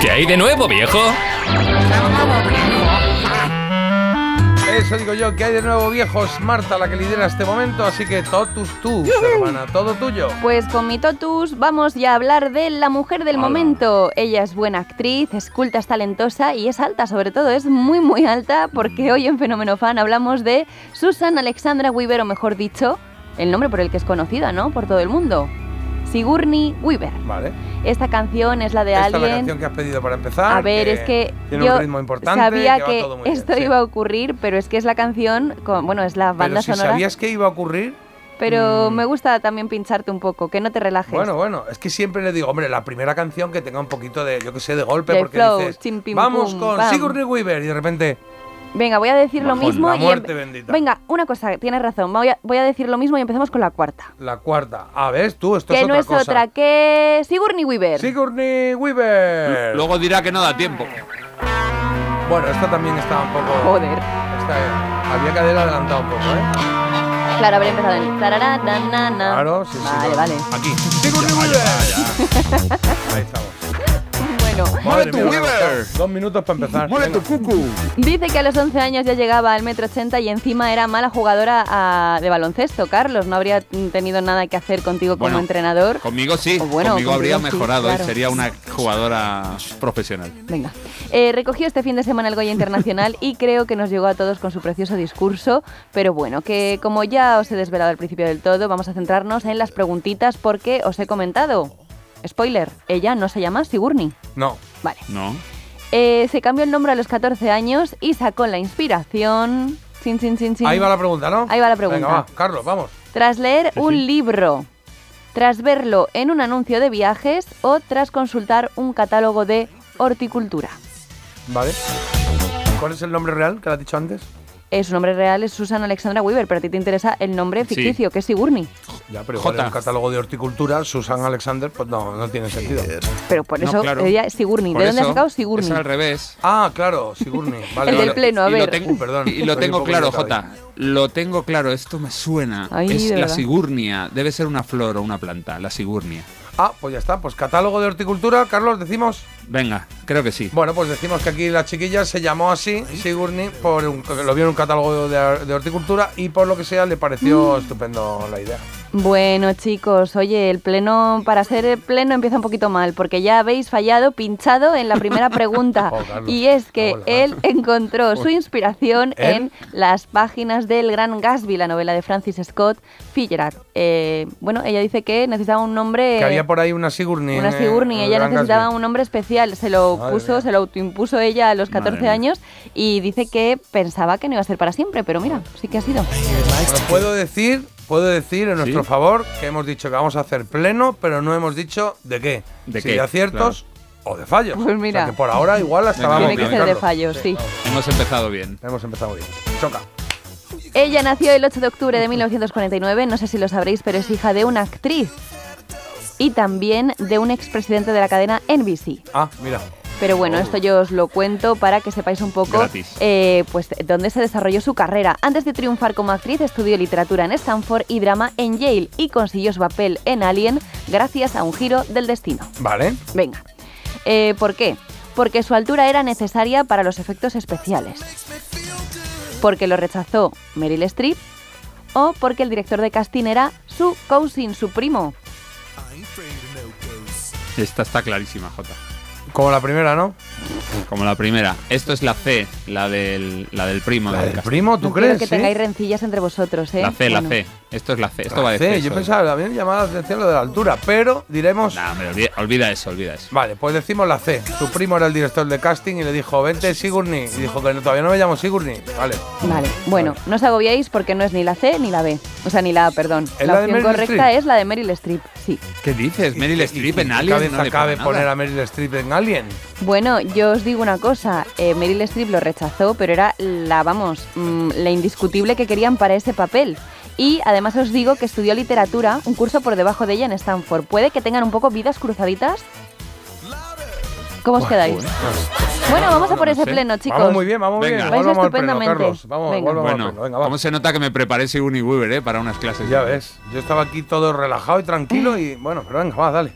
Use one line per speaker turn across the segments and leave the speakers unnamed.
¿Qué hay de nuevo, viejo?
Eso digo yo, que hay de nuevo viejos, Marta, la que lidera este momento, así que totus tú, hermana, todo tuyo.
Pues con mi totus vamos ya a hablar de la mujer del
Hala.
momento. Ella es buena actriz, es culta, es talentosa y es alta, sobre todo, es muy muy alta porque hoy en Fenómeno Fan hablamos de Susan Alexandra Weaver, o mejor dicho, el nombre por el que es conocida, ¿no? Por todo el mundo. Sigourney Weaver.
Vale.
Esta canción es la de
Esta es la
alguien...
canción que has pedido para empezar.
A ver, es que
tiene
yo
un ritmo importante.
sabía
que, va
que,
todo muy bien,
esto
sí.
iba a ocurrir, pero es que es la canción, con- bueno, es la banda
Pero si
sonora,
sabías que iba a ocurrir,
pero
Mm.
me gusta también pincharte un poco, que no te relajes.
bueno, bueno, es que siempre le digo, hombre, la primera canción que tenga un poquito de, yo que sé, de golpe,
De
porque
flow,
dices,
chim, pim,
vamos
pum,
con
bam".
Sigourney Weaver y de repente,
Venga, voy a decir lo
Bajón,
mismo
la
y
muerte
em-
bendita.
Venga, una cosa, tienes razón, voy a, voy a decir lo mismo y empezamos con la cuarta.
la cuarta. A ver, tú, esto
que
es
no
otra
es
cosa.
otra que Sigourney Weaver.
Sigourney Weaver.
Luego dirá que no da tiempo.
Bueno, esta también está un poco.
Joder.
esta, eh, había que haber adelantado un poco, ¿eh?
Claro, habría empezado en tarara, na, na, na.
Claro, sí, sí.
Vale,
no.
vale.
Aquí. Sigourney Weaver. Ahí estamos.
Bueno,
Madre
tu
mía, me ha
Weaver.
costado Dos minutos para empezar.
¡Mueve tu
Venga.
cucu!
dice que a los 11 años ya llegaba al metro 80 y encima era mala jugadora ah, de baloncesto, Carlos. No habría mm, tenido nada que hacer contigo como
Bueno,
entrenador.
Conmigo sí,
O bueno,
conmigo habría
contigo sí,
mejorado
claro.
y sería una jugadora profesional.
Venga. Eh, recogió este fin de semana el Goya Internacional y creo que nos llegó a todos con su precioso discurso. Pero bueno, que como ya os he desvelado al principio del todo, vamos a centrarnos en las preguntitas porque os he comentado. Spoiler, ella no se llama Sigourney.
No.
Vale.
¿No?
Eh, se cambió el nombre a los 14 años y sacó la inspiración. Chin, chin, chin, chin.
Ahí va la pregunta, ¿no?
Ahí va la pregunta.
Venga, va, Carlos, vamos.
Tras leer un libro, tras verlo en un anuncio de viajes o tras consultar un catálogo de horticultura.
Vale. ¿Cuál es el nombre real que lo has dicho antes?
Eh, su nombre real es Susan Alexandra Weaver, pero a ti te interesa el nombre
Sí.
ficticio, que es Sigourney.
Ya, pero
Jota.
igual en un catálogo de horticultura, Susan Alexander, pues no, no tiene sentido.
Pero por
No,
eso
claro.
ella es Sigourney.
Por
¿De dónde ha
eso,
sacado Sigourney?
Es al revés.
Ah, claro, Sigourney. Vale,
El del
vale.
pleno, a
y Lo
ver.
tengo,
Uh, perdón,
y lo
soy un
tengo
poco
claro,
idiota
Jota. Lo tengo claro, esto me suena.
Ay,
es
de
la
verdad.
sigurnia. Debe ser una flor o una planta, la sigurnia.
Ah, pues ya está. Pues catálogo de horticultura, Carlos, decimos.
Venga, creo que sí.
Bueno, pues decimos que aquí la chiquilla se llamó así, Sigourney, por un- lo vio en un catálogo de, de horticultura y por lo que sea le
Mm.
pareció estupendo la idea.
Bueno, chicos, oye, el pleno, para ser el pleno empieza un poquito mal, porque ya habéis fallado, pinchado en la primera pregunta.
Oh, Carlos.
y es que
Hola.
él encontró su inspiración
¿Él?
en las páginas del Gran Gatsby, la novela de Francis Scott Fitzgerald. Eh, bueno, ella dice que necesitaba un nombre...
que había por ahí una Sigourney.
Eh, Una
eh,
Sigourney,
en
ella
Gran
necesitaba
Gatsby.
un nombre especial, se lo
Madre
puso,
mía.
se lo autoimpuso ella a los
Madre
14
mía.
años y dice que pensaba que no iba a ser para siempre, pero mira, sí que ha
Ah,
sido.
Bueno, puedo decir, puedo decir en nuestro
Sí.
favor que hemos dicho que vamos a hacer pleno, pero no hemos dicho de qué.
¿De
si
qué?
de aciertos o de fallos.
Pues mira.
O sea, que por ahora igual hasta
Venga,
vamos
Tiene que
bien,
ser de
Carlos.
fallos, sí.
Hemos empezado bien.
Hemos empezado bien. Choca.
Ella nació el 8 de octubre de 1949, no sé si lo sabréis, pero es hija de una actriz y también de un expresidente de la cadena NBC.
Ah, mira.
Pero bueno, esto yo os lo cuento para que sepáis un poco
Gratis.
eh, pues, dónde se desarrolló su carrera. Antes de triunfar como actriz, estudió literatura en Stanford y drama en Yale y consiguió su papel en Alien gracias a un giro del destino.
Vale.
Venga, Eh, ¿por qué? Porque su altura era necesaria para los efectos especiales. Porque lo rechazó Meryl Streep o porque el director de casting era su cousin, su primo.
Esta está clarísima, Jota.
Como la primera, ¿no?
Como la primera. Esto es la C, la del, la del primo.
La
del
del
cast-
primo, ¿tú
No quiero
crees?
que
sí?
tengáis rencillas entre vosotros, ¿eh?
La C, la
Bueno.
C. Esto es la C. Esto
La
va de
Ah, C,
C.
Yo
eso. eh.
pensaba, a mí me llamaba la atención lo de la altura, pero diremos.
Nah, hombre, olvida, olvida eso, olvida eso.
Vale, pues decimos la C. Su primo era el director de casting y le dijo, vente Sigourney. Y dijo que no, todavía no me llamo Sigourney. Vale.
Vale, bueno, no os agobiáis porque no es ni la C ni la B. O sea, ni la A, perdón.
¿Es
la
la de
opción
Meryl
correcta
Streep?
es la de Meryl Streep, sí.
¿Qué dices? Meryl Streep en
¿Qué
Alien.
cabeza
no le
cabe
pega
poner
nada.
a Meryl Streep en Alien?
Bueno, yo os digo una cosa, eh, Meryl Streep lo rechazó, pero era la, vamos, mm, la indiscutible que querían para ese papel. Y además os digo que estudió literatura, un curso por debajo de ella en Stanford. Puede que tengan un poco vidas cruzaditas. ¿Cómo os quedáis? Bueno, vamos a por
no
ese
sé.
pleno, chicos.
Vamos muy bien, vamos muy
Venga.
bien.
Vais
Volvamos al pleno,
estupendamente.
Carlos. Vamos,
Venga.
volvamos al
Bueno,
pleno. Venga,
¿cómo
vamos.
se nota que me preparé Sigourney Weaver, eh? Para unas clases.
Ya ves, yo estaba aquí todo relajado y tranquilo y bueno, pero venga, va, dale.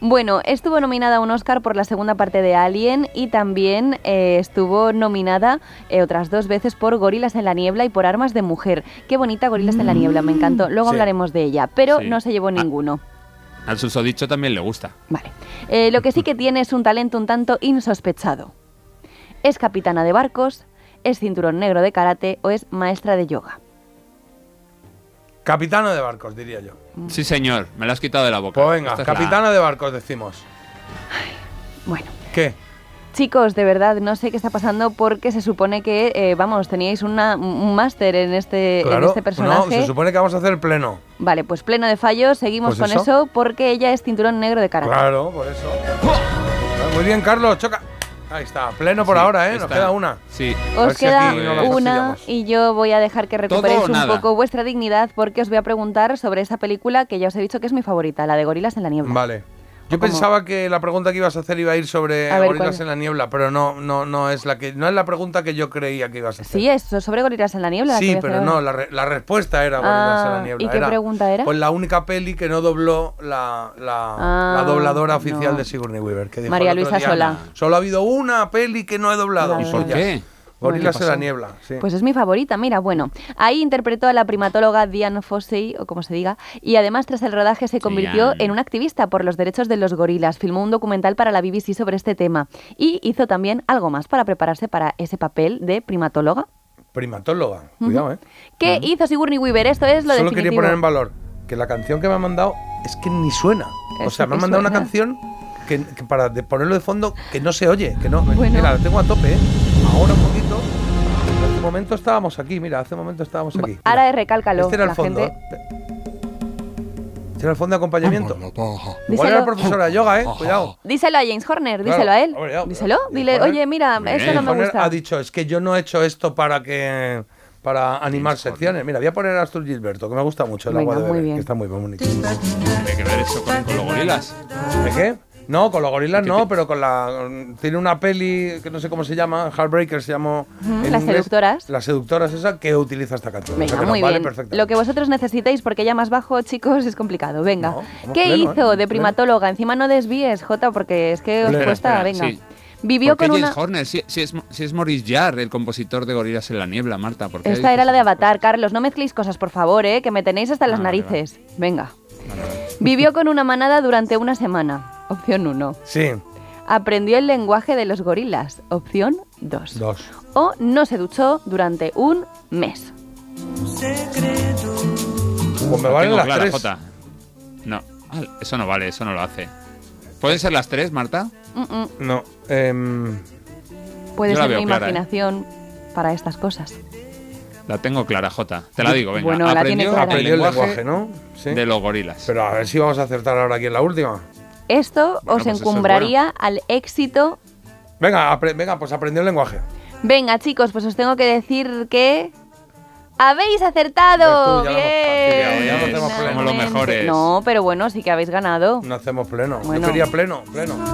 Bueno, estuvo nominada a un Oscar por la segunda parte de Alien y también eh, estuvo nominada eh, otras dos veces por Gorilas en la Niebla y por Armas de Mujer. Qué bonita Gorilas en la Niebla, me encantó. Luego
Sí.
hablaremos de ella, pero
Sí.
no se llevó
Ah.
ninguno.
Al susodicho también le gusta.
Vale. Eh, lo que sí que tiene es un talento un tanto insospechado. Es capitana de barcos, es cinturón negro de karate o es maestra de yoga.
Capitano de barcos, diría yo.
Mm.
Sí, señor, me lo has quitado de la boca.
Pues venga,
Esta es la-
capitano de barcos decimos.
Bueno.
¿Qué?
Chicos, de verdad, no sé qué está pasando porque se supone que, eh, vamos, teníais una- un máster en este, en este personaje.
no, se supone que vamos a hacer el pleno.
Vale, pues pleno de fallos, seguimos
Pues
con
eso.
eso. porque ella es cinturón negro de karate.
Claro, por eso. Ah, Muy bien, Carlos, choca. Ahí está, pleno por
Sí,
ahora, ¿eh? Nos
esta-
queda una.
Sí.
A
Os
ver si
queda
aquí no la
una
fastidiamos.
y yo voy a dejar que
o
recuperéis un
nada.
poco vuestra dignidad porque os voy a preguntar sobre esa película que ya os he dicho que es mi favorita, la de Gorilas en la Niebla.
Vale. Yo
¿O cómo?
pensaba que la pregunta que ibas a hacer iba a ir sobre
A ver,
gorilas
¿cuál?
en la niebla, pero no, no, no es la que no es la pregunta que yo creía que ibas a hacer.
Sí, eso, sobre Gorilas en la Niebla. la que
Sí,
voy a hacer
pero
ahora.
no, la, re- la respuesta era Gorilas en
Ah,
la niebla.
¿y qué pregunta era?
Pues la única peli que no dobló la, la-
Ah,
la dobladora oficial
no.
de Sigourney Weaver. Que dijo
María
el otro
Luisa
día,
Solá.
Solo ha habido una peli que no he doblado.
La
¿Y por
Ya.
qué?
Gorilas
Bueno,
en la
pasó.
niebla, sí.
Pues es mi favorita, mira, bueno. Ahí interpretó a la primatóloga Diane Fossey, o como se diga, y además tras el rodaje se convirtió
Diane.
en una activista por los derechos de los gorilas. Filmó un documental para la BBC sobre este tema y hizo también algo más para prepararse para ese papel de primatóloga.
Primatóloga. Cuidado, eh.
¿Qué hizo Sigourney Weaver? Esto es lo
Solo quería
definitivo.
poner en valor que la canción que me ha mandado es que ni suena. O
Eso
sea, me ha
que
mandado una
suena.
canción que, que para de- ponerlo de fondo que no se oye, que no.
Bueno.
Mira, la tengo a tope, ¿eh? Ahora un poquito. Hace un momento estábamos aquí, mira, hace un momento estábamos aquí. Mira.
Ahora recálcalo.
Este era el
la
fondo.
gente.
¿eh? Este era el fondo de acompañamiento. Igual
Díselo.
era profesora de yoga, eh. Cuidado.
Díselo a James Horner,
Claro,
díselo a él.
hombre, ya, pero-
díselo,
y
dile,
Horner-
oye, mira,
Bien.
esto no me
Horner
gusta.
ha dicho, es que yo no he hecho esto para que para animar secciones. Mira, voy a poner a Astur Gilberto, que me gusta mucho el
Venga,
agua de
muy
beber,
bien.
que está muy bonito.
Tiene que ver eso con, con los gorilas.
¿De qué? No, con los gorilas
¿Qué
no,
te-
pero con la. Tiene una peli que no sé cómo se llama, Heartbreaker se llamó.
Ujú,
en
Las
inglés.
seductoras.
Las seductoras, esa que utiliza esta canción. O sea
Venga,
que nos
muy
vale
bien.
perfectamente.
Lo que vosotros necesitéis, porque ya más bajo, chicos, es complicado. Venga.
No, vamos
¿Qué
pleno, ¿eh?
hizo de
Pleno.
primatóloga? Encima no desvíes, Jota, porque es que os
Pleno.
cuesta.
Espera,
Venga.
espera, sí.
Vivió
¿Por qué
con una.
James Horner? Si, si es, si es Maurice Jarre, el compositor de Gorilas en la Niebla, Marta. ¿por qué
Esta
dices
era la de
esas
Avatar, Carlos. No mezcléis cosas, por favor, ¿eh? que me tenéis hasta las
Ah, vale, vale.
narices. Venga. Vivió con una manada durante una semana. Opción 1.
Sí,
Aprendió el lenguaje de los gorilas. Opción 2.
dos.
O no se duchó durante un mes.
Pues me
No
valen
tengo
las
clara,
tres.
Jota. No, Ah, eso no vale, eso no lo hace. ¿Pueden ser las tres, Marta?
Mm, mm.
No. em,
Puede
Yo la
ser
veo
mi
clara, ¿eh?
imaginación para estas cosas.
La tengo clara, Jota. Te la digo, venga.
Bueno, la tiene
Aprendió
clara.
aprendió el lenguaje, ¿no? Sí.
de los gorilas.
Pero a ver si vamos a acertar ahora aquí en la última.
Esto
Bueno,
os
pues eso es
encumbraría al éxito.
Venga, apre- venga, pues aprendió el lenguaje.
Venga, chicos, pues os tengo que decir que. ¡Habéis acertado!
Ves tú, ya lo hemos
¡Bien!
fastidiado, ya lo tenemos pleno. Somos los
Finalmente.
mejores.
No, pero bueno, sí que habéis ganado.
No hacemos pleno. Yo
Bueno.
quería pleno, pleno. Pero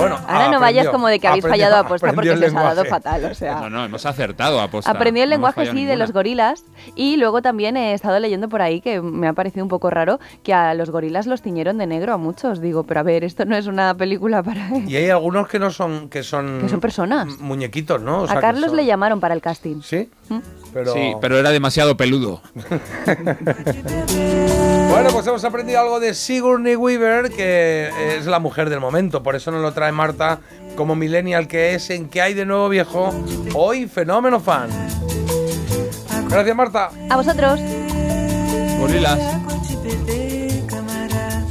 bueno,
Ahora no
aprendió,
vayas como de que habéis
aprendió-
fallado apuesta porque
aprendió el
os ha dado
lenguaje.
fatal, o sea.
Pues No, no, hemos acertado aposta.
Aprendí el
No hemos
lenguaje, sí,
fallado
de
ninguna.
los gorilas. Y luego también he estado leyendo por ahí que me ha parecido un poco raro que a los gorilas los tiñeron de negro a muchos. Digo, pero a ver, esto no es una película para.
Y hay algunos que no son que son
Que son personas.
mu- muñequitos, ¿no? O sea,
A
que
Carlos
son-
le ¿Mm? llamaron para el casting.
Sí. Pero...
Sí, pero era demasiado peludo.
bueno, pues hemos aprendido algo de Sigourney Weaver, que es la mujer del momento, por eso nos lo trae Marta como millennial que es en qué hay de nuevo viejo hoy fenómeno fan. Gracias Marta.
A vosotros.
Gorilas.
água te beber, camarada.